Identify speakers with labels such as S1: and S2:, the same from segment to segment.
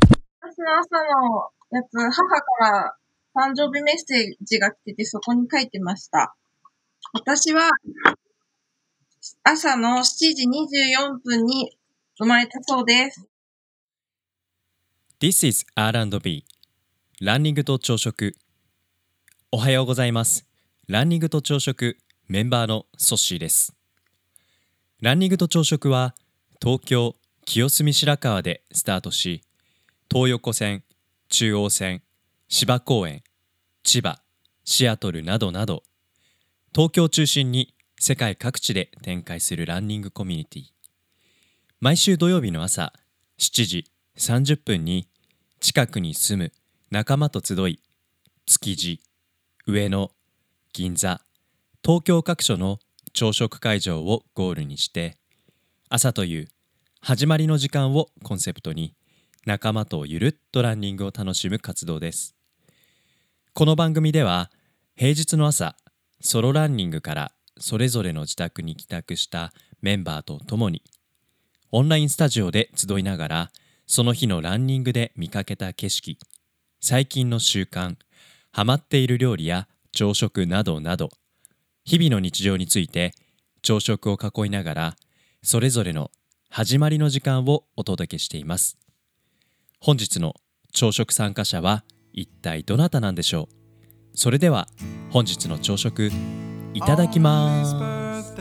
S1: の朝のやつ、母から誕生日メッセージが来てて、そこに書いてました。私は、朝の7時24分に生まれたそうです。
S2: This is R&B ランニングと朝食おはようございますランニングと朝食メンバーのソッシーですランニングと朝食は東京清澄白河でスタートし東横線中央線芝公園千葉シアトルなどなど東京を中心に世界各地で展開するランニングコミュニティ毎週土曜日の朝7時30分に近くに住む仲間と集い築地上野銀座東京各所の朝食会場をゴールにして朝という始まりの時間をコンセプトに仲間とゆるっとランニングを楽しむ活動ですこの番組では平日の朝ソロランニングからそれぞれの自宅に帰宅したメンバーと共にオンラインスタジオで集いながらその日のランニングで見かけた景色最近の習慣ハマっている料理や朝食などなど日々の日常について朝食を囲いながらそれぞれの始まりの時間をお届けしています本日の朝食参加者は一体どなたなんでしょうそれでは本日の朝食いただきます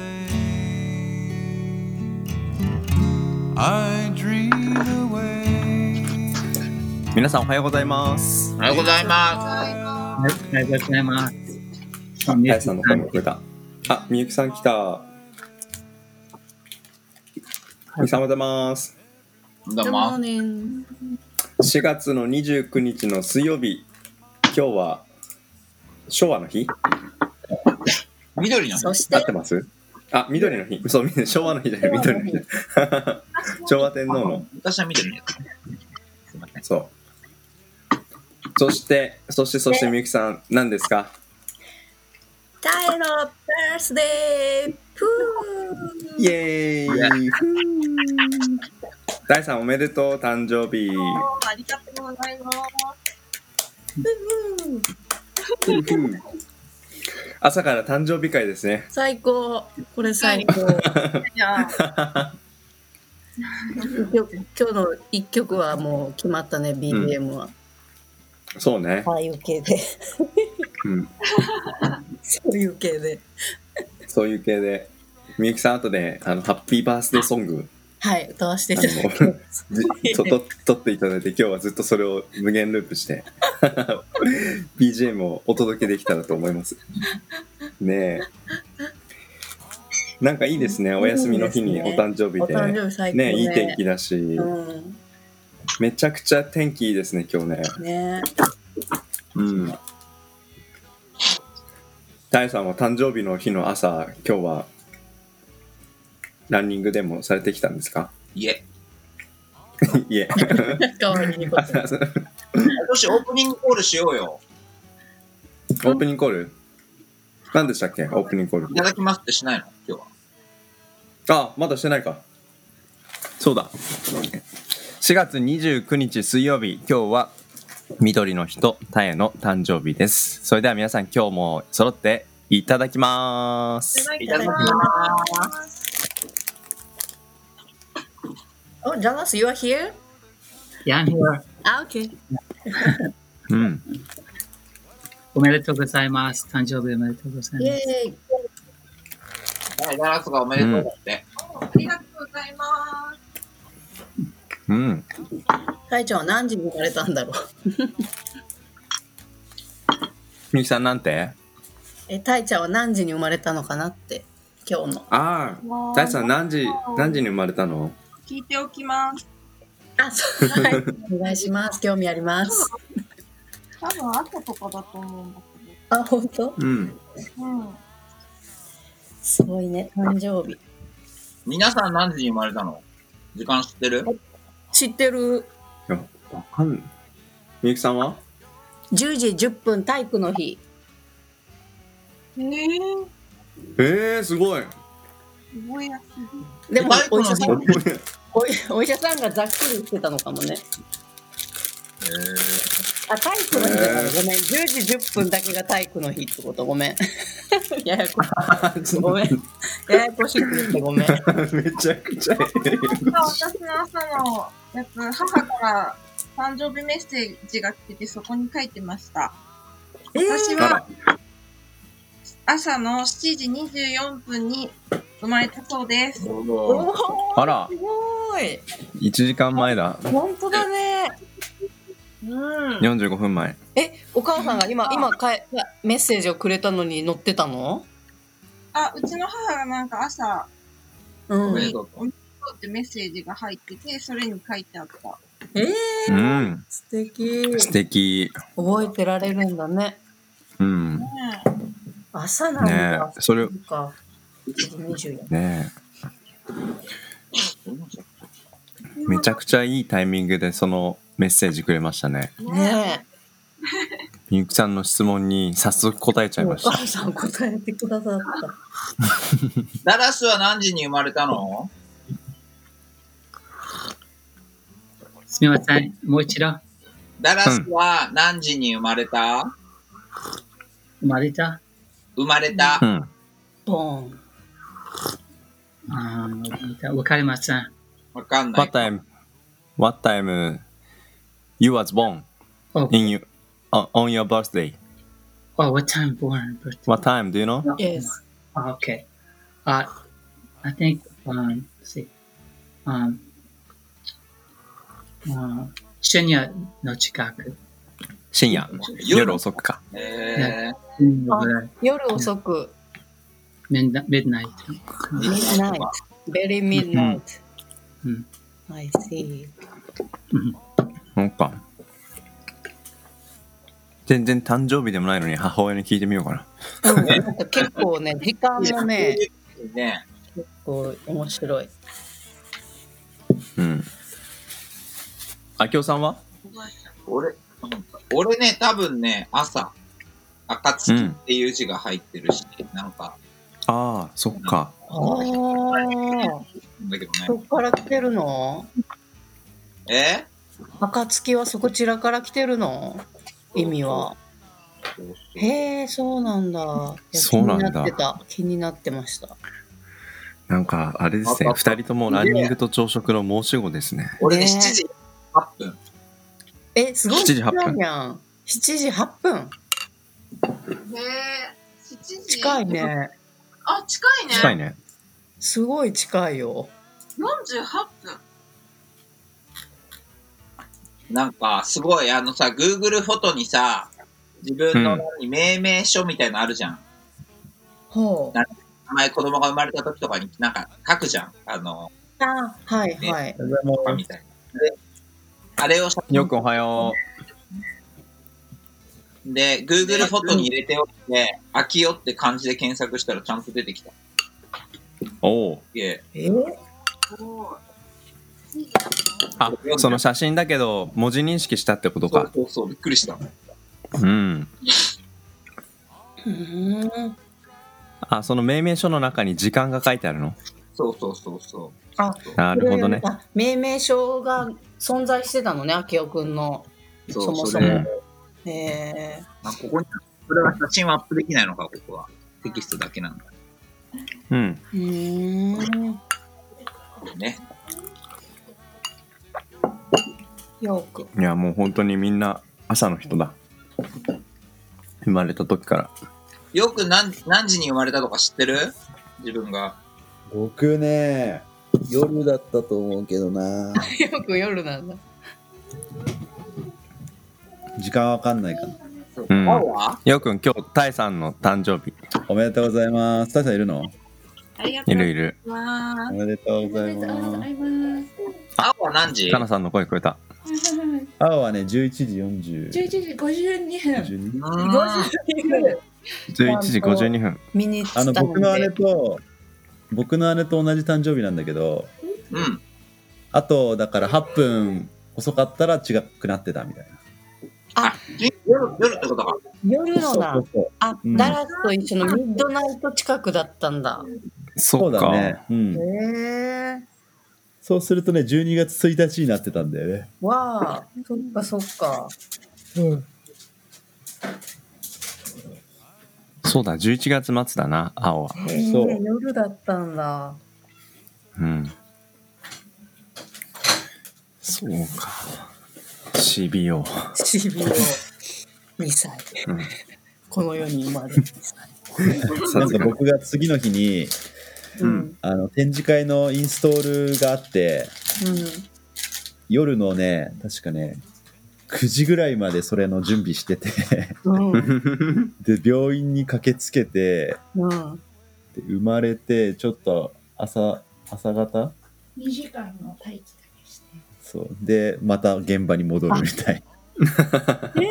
S3: I dream away.
S4: 皆さんおはようございます。
S5: おはようございま
S6: はい、おはようございます。あ、み
S4: あや
S6: ゆき
S4: さ
S6: さ
S4: ん
S6: ん
S4: の声も聞こえた。あ、みゆきさん来た。みゆきさんおはようございます。
S5: す。どう
S7: Good
S5: も。
S7: morning.
S4: 4月の29日の水曜日、今日は昭和の日
S5: 緑の日
S7: そして
S4: 合っ、てますあ、緑の日。そう、み昭和の日じゃない、緑の日。 昭和天皇の。
S5: 私は緑のやつね。すいません。
S4: そう。そして、そして、そしてみゆきさん、何ですか
S7: タイローバースデープー
S4: イエーイ第3おめでとう、誕生日。
S1: ありがとうございます。
S7: ふう
S4: 朝から誕生日会ですね。
S7: 最高。これ最高。
S1: じゃあ、
S7: 一曲今日の一曲はもう決まったね、BGM は。
S4: そうね。
S7: ああいう系で。
S4: うん、
S7: そういう系で。
S4: そういう系で。みゆきさん後であのハッピーバースデーソング
S7: はい、歌わせてい
S4: あ
S7: ただき
S4: の
S7: ます。
S4: じとと撮っていただいて今日はずっとそれを無限ループして BGM をお届けできたらと思いますねえなんかいいですねお休みの日にお誕生
S7: お
S4: 日で
S7: 誕生日最高
S4: ね
S7: ね。
S4: いい天気だし
S7: うん。
S4: めちゃくちゃ天気いいですね今日ね
S7: ね
S4: うん大さんは誕生日の日の朝今日はランニングでもされてきたんですか
S5: いえ。
S4: い え。
S7: 代わりにこそ
S5: よし、オープニングコールしようよ。
S4: オープニングコール何でしたっけオープニングコール
S5: い。ただきますってしないの今日は。
S4: あ、まだしてないか。そうだ。4月29日水曜日、今日は緑の日とタエの誕生日です。それでは皆さん今日も揃っていただきます。
S5: い
S1: い
S5: た
S1: た
S5: だ
S1: だ
S5: き
S1: き
S5: ま
S7: お、ジャガス、you are here?
S6: Yeah, I'm here.
S7: あ、OK。
S4: うん。
S6: おめでとうございます。誕生日おめでとうござい
S7: イ
S6: ま
S7: ェ
S6: す。
S7: ーイ。
S5: す。はい、ガラスがおめでとうだって。
S1: ありがとうございま
S4: うん。
S7: タイちゃんは何時に生まれたんだろう。
S4: みゆきさんなんて
S7: え、タイちゃんは何時に生まれたのかなって、今日の。
S4: ああ、
S1: す。
S4: タエさん何時、何時に生まれたの
S1: 聞いておきます。
S7: あ、そう、はい、 お願いします。興味あります。
S1: 多分朝とかだと思うんだ
S7: あ、本当。
S4: うん。
S1: けど。うん。
S7: すごいね、誕生日。
S5: 皆さん何時に生まれたの時間知ってる
S7: 知ってる。
S4: わかんみゆきさんは
S7: 10時10分体育の日。
S1: ええー、
S4: えー、すごい。
S1: すごい安い。
S7: でも
S5: 体育
S7: お
S5: の
S7: 医
S5: 日
S7: 者さん、おお医者さんがざっくり言ってたのかもね。あ、体育の日だからごめん。10時10分だけが体育の日ってこと。ごめん。 ややこし い。ごめん。ややこしいって言ってごめん。
S4: めちゃくちゃ
S1: 私の朝のやつ、母から誕生日メッセージが来てて、そこに書いてました。私は朝の7時24分に生まれたそうです。
S5: お
S7: お
S5: ー
S7: お。
S4: あら
S7: すごい。
S4: 1時間前だ
S7: 本当だね。うん。
S4: 45分前
S7: え、お母さんが今、今かえ、メッセージをくれたのに載ってたの
S1: あ、うちの母がなんか朝、
S7: う
S5: お
S7: ん
S5: め。でとう
S1: おめでとうってメッセージが入ってて、それに書いてあった。
S7: えー、
S4: うん
S7: 素敵。
S4: 素敵
S7: 覚えてられるんだね。
S4: うん
S1: うん。
S7: 朝なん
S4: ね
S7: だ。
S4: えそれ
S7: そうか。24
S4: ねえめちゃくちゃいいタイミングでそのメッセージくれましたね
S7: ね
S4: みゆきさんの質問に早速答えち
S7: え。
S4: ゃい
S7: お
S4: ました
S7: 母さん答えてくださった。
S5: ダラスは何時に生まれたの
S6: すみません。もう一度。
S5: ダラスは何時に生まれた
S6: 生まれた。
S5: 生まれた
S4: う。ん
S7: ボーン。
S6: あーわかりません。
S5: わかんない。
S4: What time What time you was born
S6: お、
S4: in you on on your birthday
S6: お、what time born? But,
S4: What time do you know
S7: Yes.
S6: Ah, okay. Uh, I think, um, let's see. Um, uh, 深夜の近く。
S4: 深夜
S5: 夜
S4: 夜遅くか
S5: え
S6: 深夜ぐらい。
S7: 夜遅く。
S6: midnight midnight
S5: ー
S7: Midnight. Very midnight.
S6: うん
S7: I see.
S6: うん
S4: なんか全然誕生日でもないのに母親に聞いてみようかな
S7: うんなんか結構ね、時間もね、
S5: ね
S7: こう面白い。
S4: うんあきおさんは
S5: 俺、うん俺ね、多分ね、朝、暁っていう字が入ってるし、なんか、
S4: ああそっか
S7: ああ、
S5: だけど
S7: そ
S5: ね。
S7: っから来てるの
S5: え
S7: 暁はそこちらから来てるの意味は。へえ、そうなんだ。いや
S4: そうなんだ
S7: 気になってた。気になってました。
S4: なんかあれですね
S5: ああ
S4: 2人ともランニングと朝食の申し子ですね
S5: 俺ね、
S7: ね
S5: 7時8分。
S7: え、すごい
S4: 7時8分
S7: 近いやん。7時8分。
S1: で、7時。
S7: 近い。ね。
S1: あ、近いね。
S4: 近いね
S7: すごい近いよ。
S1: 48分。
S5: なんか、すごい、あのさ、Google フォトにさ、自分の何命名書みたいのあるじゃん。
S7: ほう。
S5: 名前子供が生まれた時とかになんか書くじゃん。あの、
S7: あ、はいはい。
S5: みたいな。であれを写真
S4: よくおはよ
S5: で、Google フォトに入れておいて、あきよって漢字で検索したらちゃんと出てきた。
S4: うおお
S5: で
S7: えー
S1: おー
S4: あその写真だけど文字認識したってこと
S5: そう
S4: か
S5: そうそう、びっくりした。
S4: うん
S7: うーん。
S4: あその命名書の中に時間が書いてあるの
S5: そうそうそうそう。
S7: あ
S4: なるほどね
S7: あ命名書が存在してたのね、明夫くんの。
S5: そう
S7: そもそ
S5: れ
S7: も
S5: で。
S7: へえ。
S5: あここに、これは写真はアップできないのか、ここは。テキストだけなんだ
S4: うん
S7: うーん。
S5: ね。
S7: よく。
S4: いやもう本当にみんな朝の人だ生まれた時から
S5: よく何何時に生まれたとか知ってる自分が。
S8: 僕ね、夜だったと思うけどな。
S7: よく夜なんだ。
S8: 時間わかんないかな。
S4: うん
S5: 青は
S4: よくん今日タイさんの誕生日
S8: おめでとうございます。タイさんいるの
S1: ありがと
S4: いう
S1: ご
S4: る
S1: ざい
S4: いる
S1: ます。
S8: おめでとうございます。
S5: 青は何時
S4: かなさんの声聞こえた
S8: 青はね、11時40。11時52分。
S5: うん
S4: 11時52分
S7: ミニッツ
S8: あの、
S7: 頼ん
S8: 僕の姉
S7: で。
S8: と、僕の姉と同じ誕生日なんだけど、
S5: うん。
S8: あと、だから8分遅かったら違くなってたみたいな。
S5: 夜、夜ってことか。
S7: 夜の
S8: そ
S7: な
S8: う。そう
S7: あ、
S8: うん
S7: ダラスと一緒のミッドナイト近くだったんだ。
S8: そうそ
S4: そうう
S8: だ
S4: か
S8: ね。うん。
S7: へえ。
S8: そうするとね、12月1日になってたんだよね。
S7: わあ、そっかそっか。
S4: そうだ、11月末だな、青は。
S7: えー
S8: そう
S7: 夜だったんだ。
S4: うん。そうか。CBO。
S7: シビオ。2歳。
S4: うん
S7: この世に生まれる2歳。
S8: なんか僕が次の日に、
S4: うん。
S8: あの、展示会のインストールがあって、夜のね、確かね、9時ぐらいまでそれの準備して て、
S7: うん。うん。
S8: で、病院に駆けつけて、
S7: うん。
S8: で生まれて、ちょっと朝、朝方
S9: 2時間の待機だけして。
S8: そう。で、また現場に戻るみたい。
S9: えー、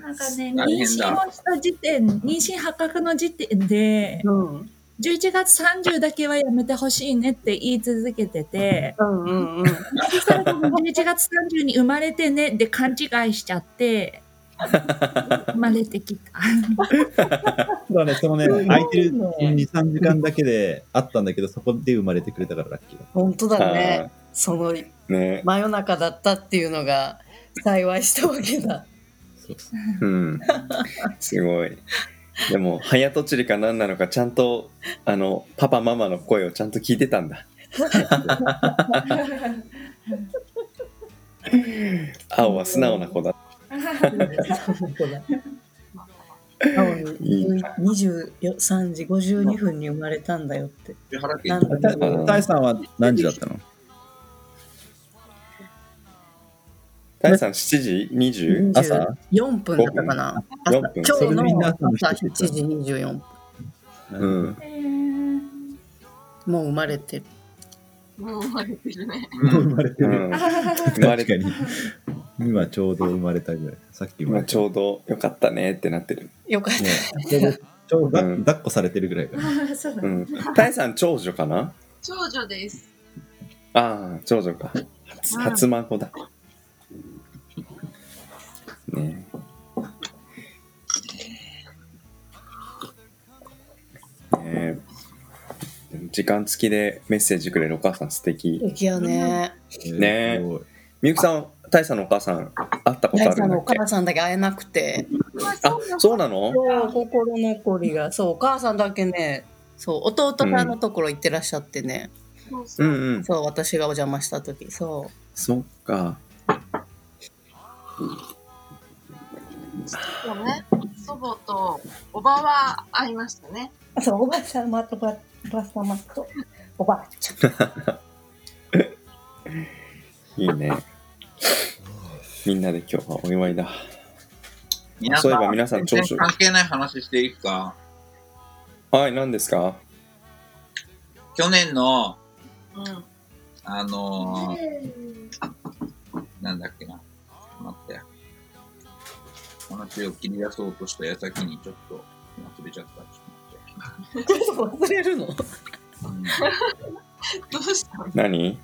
S9: なんかね、
S5: 大変だ
S9: 妊娠をした時点、妊娠発覚の時点で、
S7: うん
S9: 11月30だけはやめてほしいねって言い続けてて、
S7: うんうんうん。
S9: そしたら多分11月30に生まれてねって勘違いしちゃって、生まれてきた。
S8: ただね、そのね、
S7: すごいね
S8: 空いてる2、3時間だけであったんだけど、そこで生まれてくれたからラッキーだ。
S7: 本当だね。その
S4: ね。
S7: 真夜中だったっていうのが幸いしたわけだ。
S8: そうそう
S4: うん。すごい。でも、早とちりか何なのか、ちゃんと、あの、パパママの声をちゃんと聞いてたん だ。青は素直な子だ。
S7: なのに23時52分に生まれたんだよって。
S5: 藤原家
S7: な
S5: 行
S7: ん
S5: っ
S7: だ
S8: タ
S7: け
S8: イ
S7: ど、
S8: タイさんは何時だったの
S4: タイさん7時 20?
S8: 朝
S7: 24分だったかな。朝
S4: 4分
S7: 今日
S8: それみん
S7: の
S8: な朝の
S7: 朝
S8: 人
S7: 7時24分。
S4: うん。
S9: えー
S7: もう生まれてる。
S1: もう生まれてるね。
S8: 生まれて
S4: う
S8: る。
S4: ん、
S8: 確
S4: 生まれ
S8: かに。今ちょうど生まれたぐらい。さっき生ま
S4: 今
S8: れ
S4: ち
S8: た。ね
S4: ょうどよかったねってなってる。
S7: よかった。
S8: ちょうど、ちょうど
S4: うん
S8: 抱っこされてるぐらいかな。
S9: あそうだ
S4: う
S9: ね
S4: ん。タイさん長女かな
S1: 長女です。
S4: ああ、長女か。初
S1: うん
S4: 初孫だ。ねえ。ねえ。時間付きでメッセージくれるお母さん素敵。
S7: いやね。
S4: ねえ
S8: えーすごい
S4: みゆきさん、タイさんのお母さん、会ったこと
S7: 大
S4: あ
S7: さ
S4: るんだ
S7: んのお
S4: っけ
S7: 母さんだけ会えなくて。
S4: あ、そうなの
S7: そう心残りが。そう、お母さんだけね、そう、弟さんのところ行ってらっしゃってね。
S1: そうそうう。
S4: んうん。
S7: そう、私がお邪魔した時そう。
S4: そっか。
S1: そうね。祖母とおばは会いましたね。
S9: そう、おばさまとば、おばさまと、おばあちゃん。
S4: いいね。みんなで今日はお祝いだ。
S5: 皆さ
S4: そ
S5: ん
S4: ういえば皆さん長
S5: 全
S4: 所
S5: 然関係ない話していいですか
S4: はい、何ですか
S5: 去年の、
S1: うん。
S5: あのーなんだっけな。待って。話を切り出そうとした矢先にちょっと忘れちゃった。ち
S7: ちょっと忘れるの
S5: ょっと待って。
S1: どうしたの
S4: 何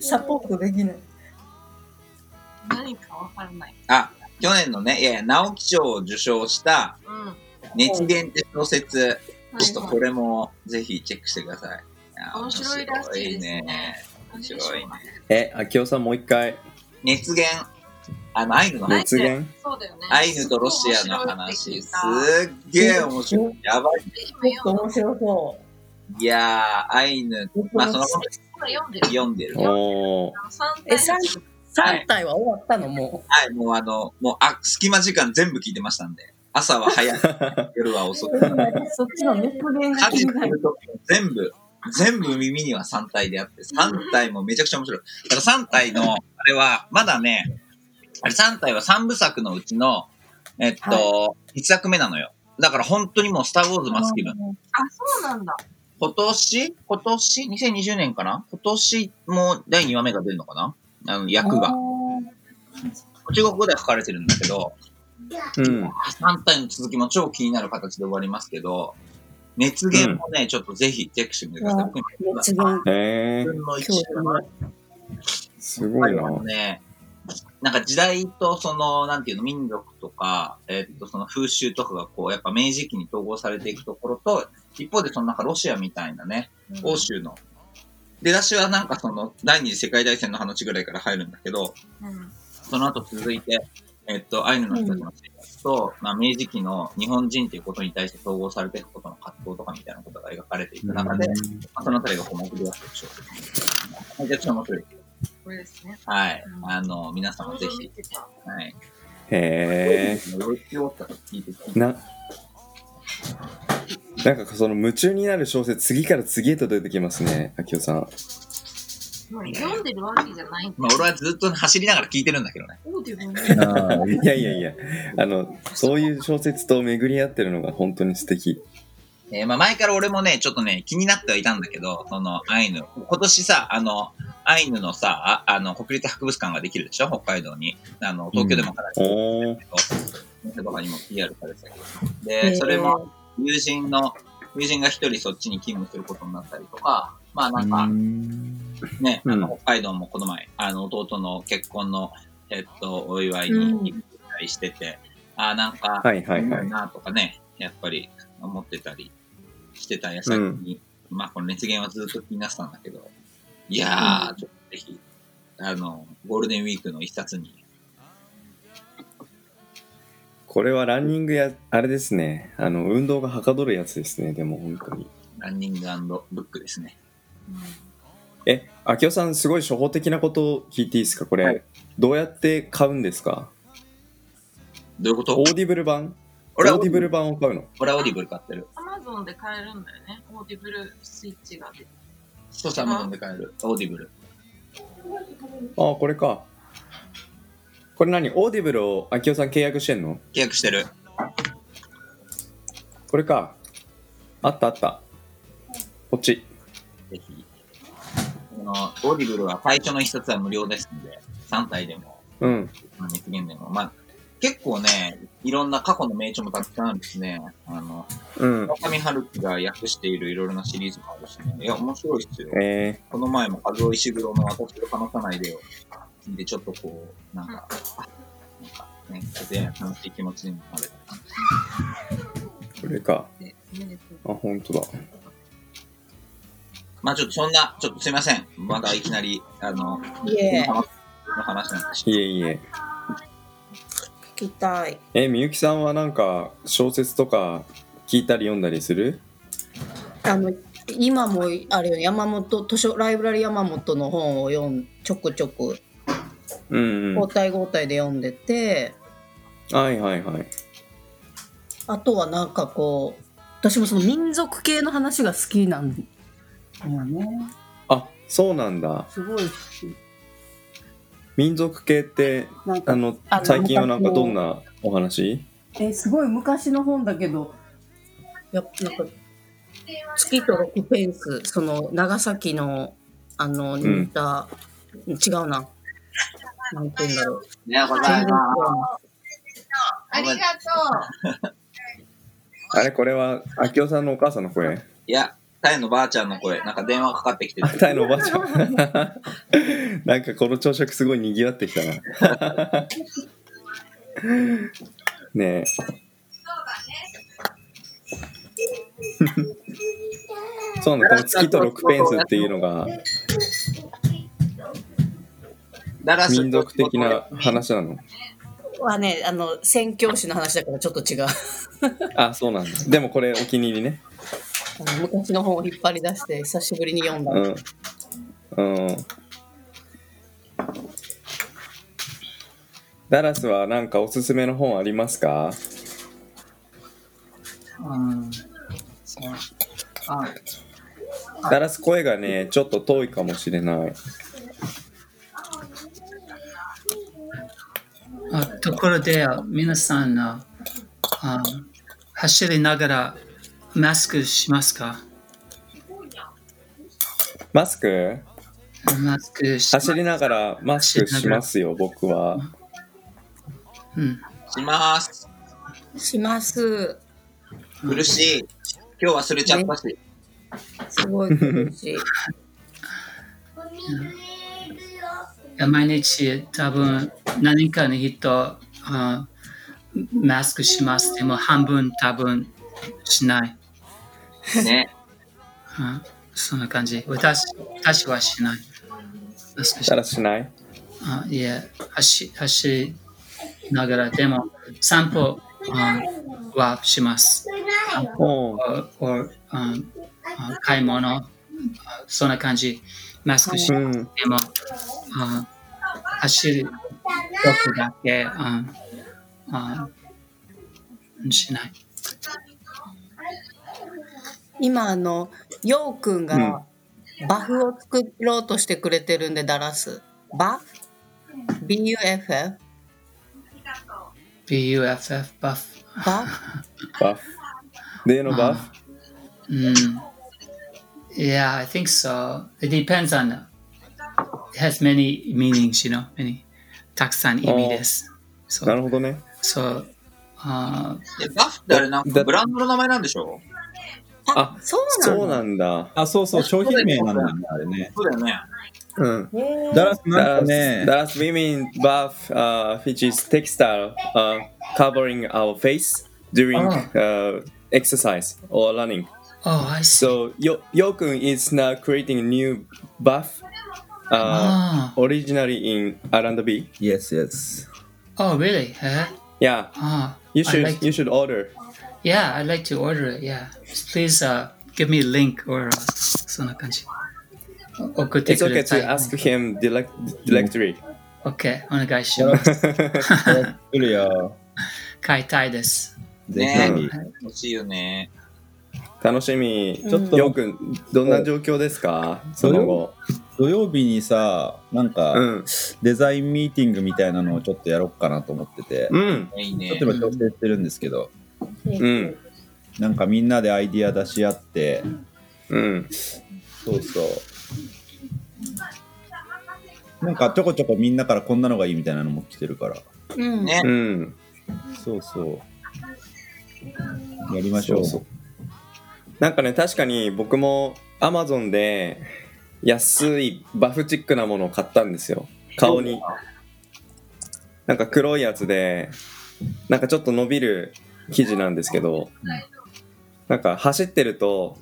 S7: サポートできない。
S1: 何かわからない。
S5: あ、去年のね、いやいや、直木賞を受賞した
S1: うん。はい
S5: 熱源って小説、ちょっと
S1: は
S5: これもぜひチェックしてください。や
S1: 面白いらしいですね
S5: 面白いね。
S4: え、あきおさんもう一回。
S5: 熱源、あの、アイヌの話。
S4: 熱源
S1: そうだよね。
S5: アイヌとロシアの話、す
S1: す
S5: っげえ面白い。やばい。
S1: ごい今読んでる。
S7: 白そ
S5: いやー、アイヌ、まあ、そのま
S1: 今読んで
S5: ま
S1: る。
S5: 読んでる。は
S4: おー。
S1: 三
S7: え、
S1: 体
S7: 三三体は終わったのも
S5: い、もうあの、もう、あ、隙間時間全部聞いてましたんで。朝は 早く、夜は遅く。
S7: う。そっちの熱弁
S5: 家事すると全部、全部耳には3体であって、3体もめちゃくちゃ面白い。だから3体の、あれは、まだね、あれ3体は3部作のうちの、えっと、1作目なのよ。だから本当にもう、スター・ウォーズ・マス気分。
S1: あ、そうなんだ。
S5: 今年今年 ?2020 年かな今年も第2話目が出るのかなあの、役が。中国語では書かれてるんだけど、
S4: うん。
S5: 3体の続きも超気になる形で終わりますけど、熱源もね、ちょっとぜひチェックしてみてください。
S7: うん
S5: 僕今
S7: 熱弁
S4: え
S5: 自
S4: ー、
S5: 分の一
S7: 教育の
S4: すごいな。
S5: ね、なんか時代とその、なんていうの、民族とか、えっと、その風習とかがこう、やっぱ明治期に統合されていくところと、一方でそのなんかロシアみたいなね、欧州の。出だしはなんかその、第二次世界大戦の話ぐらいから入るんだけど、その後続いて、えっと、アイヌの人たちの生活と、まあ、明治期の日本人ということに対して統合されていくことの葛藤とかみたいなことが描かれていく中で、
S1: うん
S5: まあ、そのあたりがこう、目標だったでしょう。めちゃくちゃ面白い。
S1: これですね。
S5: はい。あの、皆様ぜひ。はい。
S4: へえ。な、なんかその夢中になる小説、次から次へと出てきますね、秋夫さん。
S1: もう読んでるわけじゃないんだ。
S5: まあ、俺はずっと走りながら聞いてるんだけどね。
S1: そうだよね。
S4: いやいやいや、あの、そういう小説と巡り合ってるのが本当に素敵。
S5: えーまあ、前から俺もね、ちょっとね、気になってはいたんだけど、その、アイヌ。今年さ、あの、アイヌのさ、ああの、国立博物館ができるでしょ北海道に。あの、東京でもから、
S4: おー
S5: 店とかにも PR されてたけど。
S4: へ
S5: で、
S4: ー
S5: それも、友人の、友人が一人そっちに勤務することになったりとか、まあなんか、ね、あの、北海道もこの前、あの、弟の結婚の、えっと、お祝いに行ったりしてて、ああ、なんか、
S4: はいはいはい
S5: いいなとかね、やっぱり思ってたりしてた矢先に、まあこの熱源はずっと気になってたんだけど、いやー、ちょっとぜひ、あの、ゴールデンウィークの一冊に、
S4: これはランニングや、あれですね、あの、運動がはかどるやつですね、でも本当に。
S5: ランニングブックですね。
S4: え、秋夫さん、すごい初歩的なことを聞いていいですかこれ、どうやって買うんですか
S5: どういうこと
S4: オーディブル版オ
S5: 俺は
S4: ーディブル版を買うの
S5: 俺はオーディブル買ってる。
S1: アマゾンで買えるんだよね。オーディブルスイッチが出て。
S5: 一つアマゾンで買える。オーディブル。
S4: ああ、これか。これ何オーディブルを秋夫さん契約してんの
S5: 契約してる。
S4: これか。あったあった。こっち。
S5: ぜひ。あの、オーディブルは最初の一冊は無料ですので、3体でも、
S4: うん。
S5: 熱源でも、まあ、結構ね、いろんな過去の名著もたくさんあるしね、あの、
S4: うん。
S5: 村上春樹が訳しているいろいろなシリーズもあるしね、いや、面白いっすよ。
S4: え
S5: この前も、和尾石黒の私を話さないでよ。で、ちょっとこう、なんか、あなんかね、で、楽しい気持ちになれた。
S4: ー、これか。あ、本当だ。
S5: まあちょっとそんな、ちょっとすいません。まだいきなり、あの、
S10: いえ
S5: この話の話なんです
S4: いえいえ。
S10: 聞きたい。
S4: え、みゆきさんはなんか小説とか聞いたり読んだりする
S7: あの今もあれよ山本図書ライブラリ山本の本を読んちょくちょく
S4: うんうん
S7: 交。代交代で読んでて、
S4: はいはいはい。
S7: あとはなんかこう私もその民族系の話が好きなんだよね
S4: あ、そうなんだ。
S7: すごい好き
S4: 民族系って
S7: なん、か
S4: あの
S7: あ、の
S4: 最近はなんか
S7: 昔の
S4: どんなお話
S7: えすごい昔の本だけどやっぱなんか月とロックペンスその長崎のあの
S4: ん
S7: 似た、違うななんて言うんだろう
S5: ね、ご
S7: 全
S5: ざ
S7: 然
S5: い
S7: 違
S5: ま
S7: うな
S1: ありがと
S4: あれこれは、秋夫さんのお母さんの声
S5: す。いや、タイのばあちゃんの声、なんか電話かかってきて
S4: あ、
S5: る。
S4: タイのおばあちゃん。なんかこの朝食すごい賑わってきたな。 ねえ。そうなんだ、この月と6ペンスっていうのが
S5: ダラス
S4: 民族的な話なの。
S7: はねあの宣教師の話だからちょっと違う
S4: あ、そうなんだ。でもこれお気に入りね。
S7: あの昔の本を引っ張り出して久しぶりに読んだ、
S4: うん。うん。ダラスはなんかおすすめの本ありますか
S6: うん。そう。あ、
S4: ダラス声がね、ちょっと遠いかもしれない。
S6: あところで、皆さん、ああ走りながらマスクしますか
S4: マスク
S6: マスクし
S4: 走りながらマスクしますよ、僕は。
S6: うん。
S5: します。
S7: します
S5: 苦しい。今日忘れちゃったし。
S7: すごい嬉しい
S6: 毎日多分何かの人あマスクしますでも半分多分しない、
S5: ね。
S6: うんそんな感じ。私私はしない。
S4: たらしない
S6: あいえ、走走りながら、でも散歩あはします。散歩 or, or um, uh, ああ買い物、あそんな感じ。マスクし、
S4: うん
S6: でもあ走る時だけああしない。
S7: 今あのようくんがバフを作ろうとしてくれてるんでだらすバフ BUFF
S6: BUFF バフ。
S7: バ
S4: バフ。例のバフ
S6: Mm. Yeah, I think so. It depends on. It has many meanings, you know. Many. たくさ
S4: Oh.
S6: ん意味です。
S4: なるほどね。
S6: そう。あ
S5: えバフってあれなんかブランドの名前なんでしょ
S4: あ、
S7: そ
S4: な
S7: う
S4: んだ。そうなんだ。
S8: あ、そうそう、商品名なんだよね、あれね。
S5: そうだよね。
S4: うん。
S8: ダラスなんかね
S4: Does, does women bath, uh, which is textile, uh, covering our face during uh, exercise or running?
S6: Oh, I see.
S4: So Yo Yokun is now creating new bath, uh,
S6: Ah.
S4: originally in R&B.
S8: Yes, yes.
S6: oh, really? Huh?
S4: Yeah,
S6: Oh,
S4: you
S6: I
S4: should
S6: like-
S4: you should order.
S6: yeah, I'd like to order it. Yeah, please uh, give me a link or uh, そんな感じ。お送って
S4: It's
S6: く
S4: okay
S6: ださ
S4: to
S6: い。
S4: ask him direct, directly.
S6: OK, お願いし ます。
S8: 来るよ。
S6: 買いたいです。
S8: ぜ
S5: ね
S8: ひ。
S5: 欲しいよね。
S4: 楽しみ。
S8: ちょっと
S4: よくんどんな状況ですか？その後。
S8: 土曜日にさ、なんか、
S4: うん。
S8: デザインミーティングみたいなのをちょっとやろうかなと思ってて、
S4: うん。
S5: いい
S8: ちょ
S5: ね
S8: っと。今調整してるんですけど、
S4: うん。
S8: なんかみんなでアイディア出し合って、
S4: うん。
S8: そうそう。なんかちょこちょこみんなからこんなのがいいみたいなのも来てるから、
S7: うん
S5: ね
S4: う。ん。
S8: そうそう。やりましょう。
S4: そうそうなんかね確かに僕も Amazon で安いバフチックなものを買ったんですよ顔になんか黒いやつでなんかちょっと伸びる生地なんですけどなんか走ってると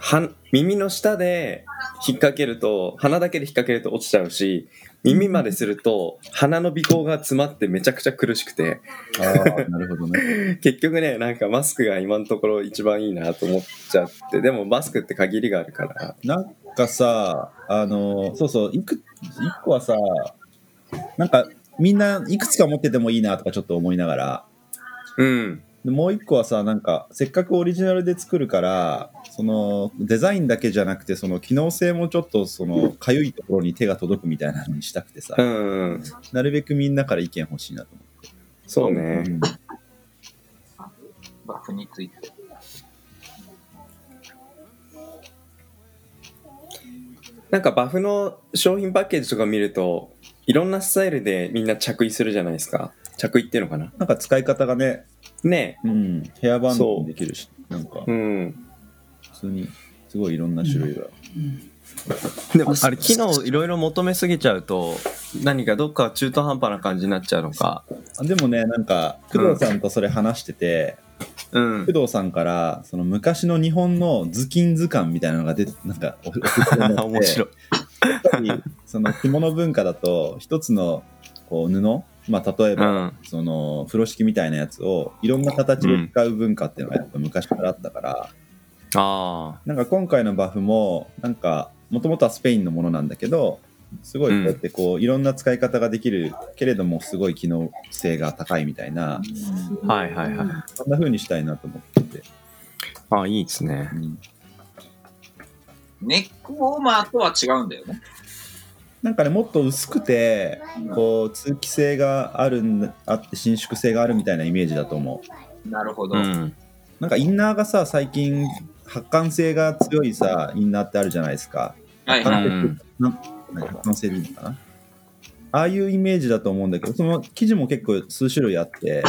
S4: は耳の下で引っ掛けると鼻だけで引っ掛けると落ちちゃうし耳まですると鼻の鼻孔が詰まってめちゃくちゃ苦しくて
S8: ああ、なるほどね。
S4: 結局ねなんかマスクが今のところ一番いいなと思っちゃってでもマスクって限りがあるから
S8: なんかさ、あの、そうそう、いく、一個はさ、なんかみんないくつか持っててもいいなとかちょっと思いながら、
S4: うん
S8: でもう一個はさ、なんかせっかくオリジナルで作るから、そのデザインだけじゃなくて、その機能性もちょっとそのかゆいところに手が届くみたいなのにしたくてさ、
S4: うんうん
S8: なるべくみんなから意見欲しいなと思
S4: そう
S8: う。う
S4: ね
S8: ん
S5: バフについて。
S4: なんかバフの商品パッケージとか見るといろんなスタイルでみんな着衣するじゃないですか着衣っていうのかな
S8: なんか使い方がね、
S4: ね
S8: うん、ヘアバンド
S4: そう
S8: もできるし、なんか
S4: えうん
S8: 普通にすごいいろんな種類が。
S6: Mm.
S4: でもあれ機能いろいろ求めすぎちゃうと何かどっか中途半端な感じになっちゃうのか
S8: あでもね、なんか工藤さんとそれ話してて、
S4: うん
S8: 工藤さんからその昔の日本の頭巾図鑑みたいなのが出てなんかお
S4: 面白い
S8: やっぱりその着物文化だと一つのこう布、まあ、例え
S4: う
S8: ば、
S4: ん
S8: その風呂敷みたいなやつをいろんな形で使う文化っていうのがやっぱ昔からあったから、
S4: あ
S8: なんか今回のバフもなんかもともとはスペインのものなんだけどすごいこうやってこういろんな使い方ができるけれどもすごい機能性が高いみたいな
S4: あはいはいはい
S8: そんな風にしたいなと思ってて、
S4: あいいですね
S8: うん
S5: ネックウォーマーとは違うんだよね。
S8: なんかねもっと薄くてこう通気性があるんあって伸縮性があるみたいなイメージだと思う
S5: なるほど。
S4: うん
S8: なんかインナーがさ最近発汗性が強いさインナーってあるじゃないですか
S5: はいはい。
S4: うん
S8: なんか発汗性でいいのかなああいうイメージだと思うんだけどその生地も結構数種類あって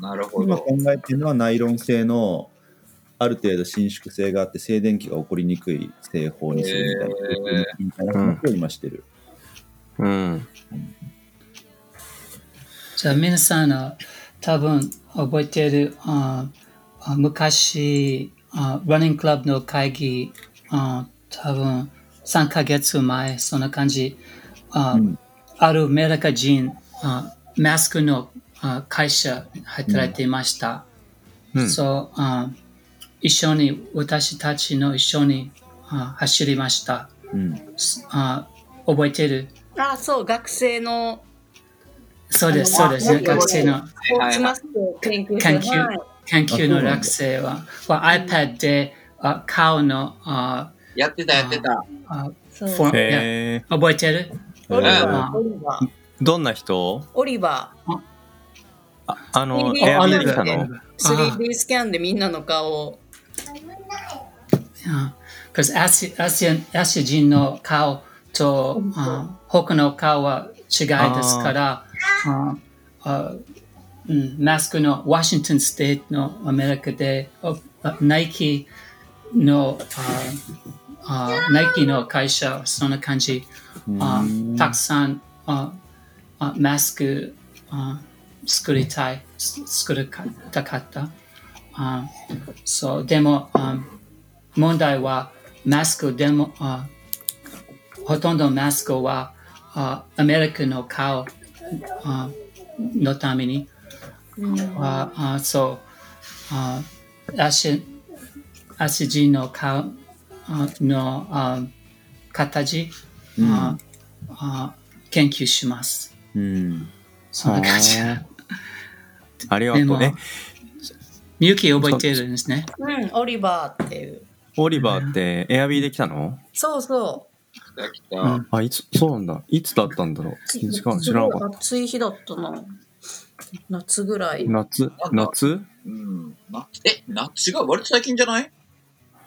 S5: なるほ
S8: 今
S5: ど
S8: 考。えてるのはナイロン製のある程度伸縮性があって静電気が起こりにくい製法にするみたいな、みたいな話を今してる、
S4: うん
S6: じゃあ皆さんあ多分覚えているああ昔あランニングクラブの会議あ多分3ヶ月前、そんな感じ。あ,、あるアメリカ人、あマスクのあ会社働いていました。
S11: うん
S6: そうあ一緒に、私たちの一緒にあ走りました。あ覚えてる
S7: あ、そう、学生の。
S6: そうです、そうです。学生の。
S7: スポーツマスクを研究して
S6: 研
S7: る
S6: 究
S7: はい
S6: 研究の学生はは iPad であ顔のあ
S5: やってたやってた。
S6: あ
S7: そ
S6: フ
S7: う
S6: ォンい
S4: へ
S6: や覚えてる
S4: うん
S6: あ
S7: オリバー。
S4: どんな人
S7: オリバー。
S4: あの、
S7: 3D
S4: エアビーで来たの
S7: 3D スキャンでみんなの顔を。
S6: 可是アシアシアアシア人の顔とあ他の顔は違いですからああ、うん、マスクのワシントンステートのアメリカでああナイキのああナイキの会社そんな感じあたくさんああマスクあ作りたいす作りたかったあそうでもあ問題はマスクでもあほとんどマスクはあアメリカの顔あのためにはあそうあアシアシ人の顔あのあ形、ああ研究します。
S4: うん。
S6: そんな感じ
S4: はあ。ありがとう
S6: で
S4: ね
S6: も。みゆき覚えてるんですね。
S7: うん、オリバーっていう。
S4: オリバーってエアビーで来たの
S7: そうそ
S4: ああ、いつ、そうなんだ。いつだったんだろう。
S7: う。
S4: 時間知らなかった。
S7: た。暑い日だったな。夏ぐらい。
S4: 夏夏
S5: うん。なえ、夏が割と最近じゃない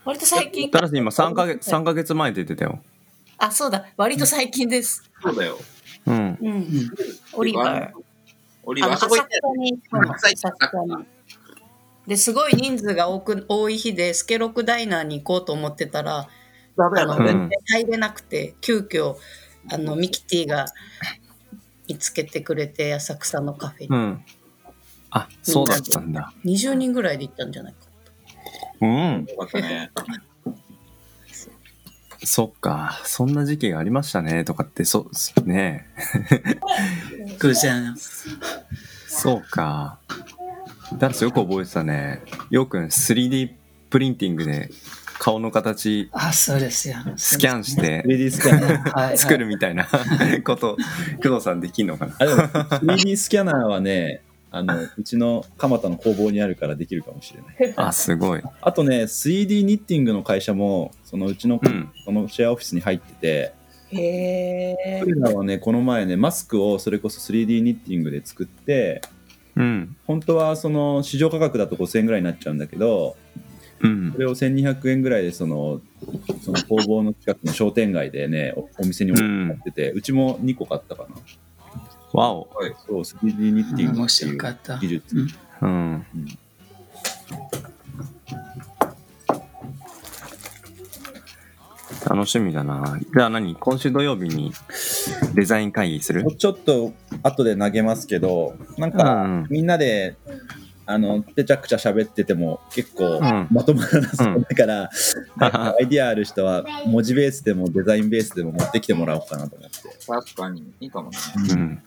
S7: 割と最近
S4: た。だし今3ヶ月、三ヶ月前って言ってたよ。
S7: あ、そうだ。割と最近です。
S5: そうだよ。
S4: うん。
S7: うん。オリバー。
S5: オリ
S7: あ
S5: バ
S7: の
S5: ー、あそ
S7: 浅
S5: こ行
S7: 草
S5: ったよね
S7: に行ったの浅草に。ですごい人数が多く多い日でスケロクダイナーに行こうと思ってたら
S5: ダメ
S7: あ
S5: だ
S7: の
S5: な
S7: 全然入れなくて急遽あのミキティが見つけてくれて浅草のカフェ
S4: う
S7: に、
S4: ん。あ、そうだったんだ。
S7: 20人ぐらいで行ったんじゃないか
S4: うん。
S5: よかったね。
S4: そっか。そんな時期がありましたね。とかって、そう、ねえ
S6: 偶然。
S4: そうか。ダンスよく覚えてたね。よくん 3D プリンティングで顔の形
S6: あ、そうですよ。
S4: スキャンして、
S8: 3D スキャン
S6: はいはい
S4: 作るみたい なこと、工藤さんできんのかな
S8: あでも 3D スキャナーはね、あのうちの蒲田の工房にあるからできるかもしれない。
S4: あ、すごい。
S8: あとね、3D ニッティングの会社も、そのうちの、そのシェアオフィスに入ってて、
S7: へえ
S8: 彼らはね、この前ね、マスクをそれこそ 3D ニッティングで作って、
S4: うん。
S8: 本当はその市場価格だと5000円ぐらいになっちゃうんだけど、
S4: うん
S8: そ。れを1200円ぐらいでそのその工房の近くの商店街でねおお店に置いてて、うちも2個買ったかな
S4: わお
S8: そう 3D ニッティング
S6: 面
S8: ってい
S6: 白
S8: う
S6: かった。
S8: 技術、
S4: うん。楽しみだな。じゃあ何今週土曜日にデザイン会議す る
S8: ちょっと後で投げますけどなんか、
S4: うん
S8: みんなであのてちゃくちゃ喋ってても結構
S4: うん
S8: まとまらなそうだから、なんかアイディアある人は文字ベースでもデザインベースでも持ってきてもらおうかなと思って
S5: 確かに。いいかもね。
S4: うん。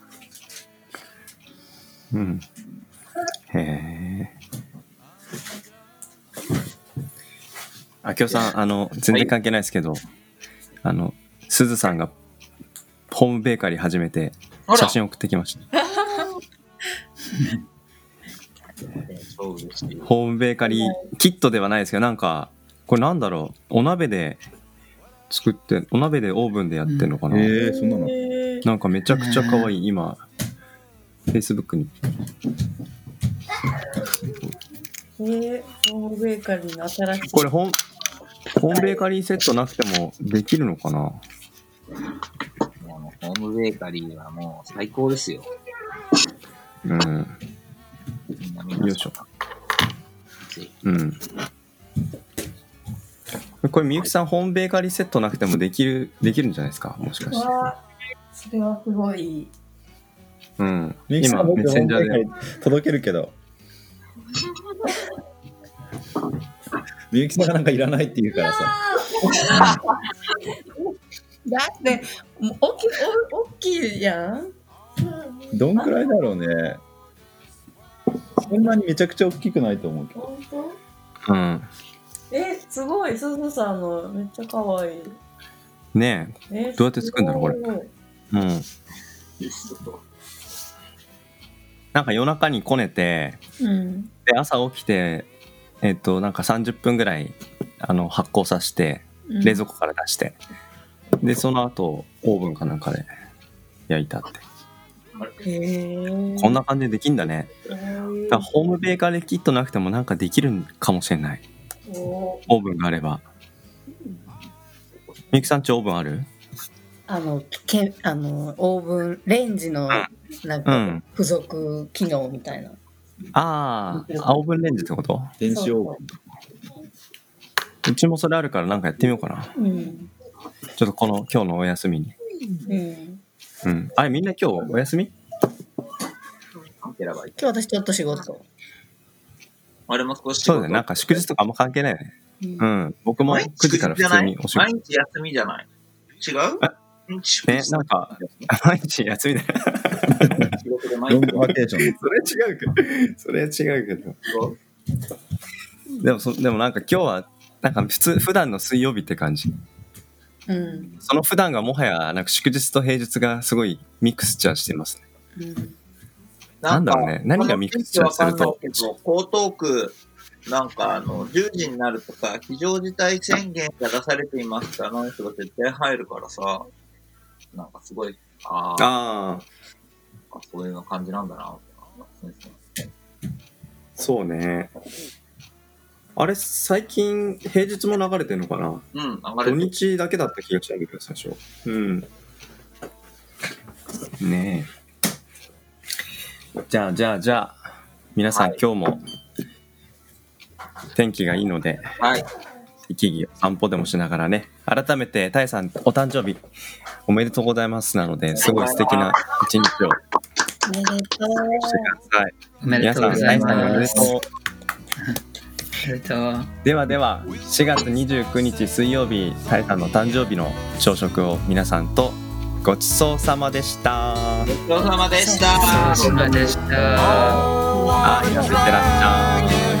S4: うん。へえ。あきおさん、あの、全然関係ないですけど、あの、すずさんがホームベーカリー始めて、写真送ってきました。
S5: そう嬉しい。
S4: ホームベーカリーキットではないですけど、なんか、これなんだろう、お鍋で作って、お鍋でオーブンでやってるのかな。
S8: ええそんなの
S4: なんかめちゃくちゃ可愛い、今、Facebook に。
S7: えホームベーカリーの新しい
S4: これホン、ホームベーカリーセットなくてもできるのかな
S5: もうホームベーカリーはもう最高ですよ。
S4: うん。
S5: みんなみんな
S4: よいしょ。うん。これ、みゆきさん、ホームベーカリーセットなくてもできる、できるんじゃないですかもしかして。
S7: それはすごい
S4: うん。
S8: ミキさ
S4: 今、
S8: ん僕
S4: メッセンジャ
S8: ホームベ
S4: ー
S8: ーカリー届けるけどみゆきさんがなんかいらないって言うからさ
S7: だって、もう大きい、お大きいやん。
S8: どんくらいだろうね。そんなにめちゃくちゃ大きくないと思うけど。
S11: 本当
S4: うん。
S11: え、すごい、すずさんの、めっちゃ可愛い。
S4: ね
S11: え
S4: え。どうやって作るんだろう、これ。
S11: すごい
S4: うん。なんか夜中にこねて、
S11: うん。
S4: で、朝起きて、えっと、なんか30分ぐらい、あの、発酵させて、
S11: うん
S4: 冷蔵庫から出して、で、その後、オーブンかなんかで焼いたって。こんな感じでできんだね。だからホームベーカリーキットなくてもなんかできるんかもしれない。オーブンがあれば。みゆきさんちオーブンある
S7: あの、けあのオーブン、レンジの、なん
S4: う
S7: か、
S4: ん。
S7: 付属機能みたいな。
S4: あーあ、オーブンレンジってこと
S8: 電子オー
S4: ブン。うちもそれあるからなんかやってみようかな。
S7: うん。
S4: ちょっとこの今日のお休みに。
S7: うん。
S4: うん。あれみんな今日お休み
S7: 今日私ちょっと仕事。
S5: 俺も少し
S4: そうだね。なんか祝日とかあんま関係ないよね。うん。僕も9時から普
S5: じゃな
S4: 通
S5: い
S4: にお仕
S5: 毎
S4: 事。
S5: 日休みじゃない違ううん祝
S4: ね
S5: 日、
S4: なんか、毎日休みだよ。
S8: ロングバケーション。
S4: それ違うけど、それ違うけど。でもそ、でもなんか今日は、なんか普通、普段の水曜日って感じ。
S7: うん。
S4: その普段がもはや、なんか祝日と平日がすごいミクスチャーしてますね。なんだろうね。何がミクスチャーすると。
S5: この天気わかんないけど江東区、なんかあの、10時になるとさ、非常事態宣言が出されていますってアナウンスが絶対入るからさ、なんかすごい、あー
S4: あ
S5: あ、そういう感じなんだな。
S4: そうね。あれ、最近、平日も流れてるのかな
S5: うん、
S4: 土日だけだった気がしたんだけど、最初。うん。ねえ。じゃあ、じゃあ、じゃあ、皆さん、今日も天気がいいので、
S5: はい。
S4: 適宜散歩でもしながらね、改めて、タイさん、お誕生日、おめでとうございますなので、すごい素敵な一日を
S7: おめでとう。
S4: ください。
S6: おめでとうございます
S4: 皆さん、タイさんにおめでとう。
S6: ありがとう。
S4: ではでは4月29日水曜日タイさんの誕生日の朝食を皆さんとごちそうさまでした
S5: ごちそうさまでした。
S6: ごちそうさまでした。
S4: あ皆さんいってらっしゃい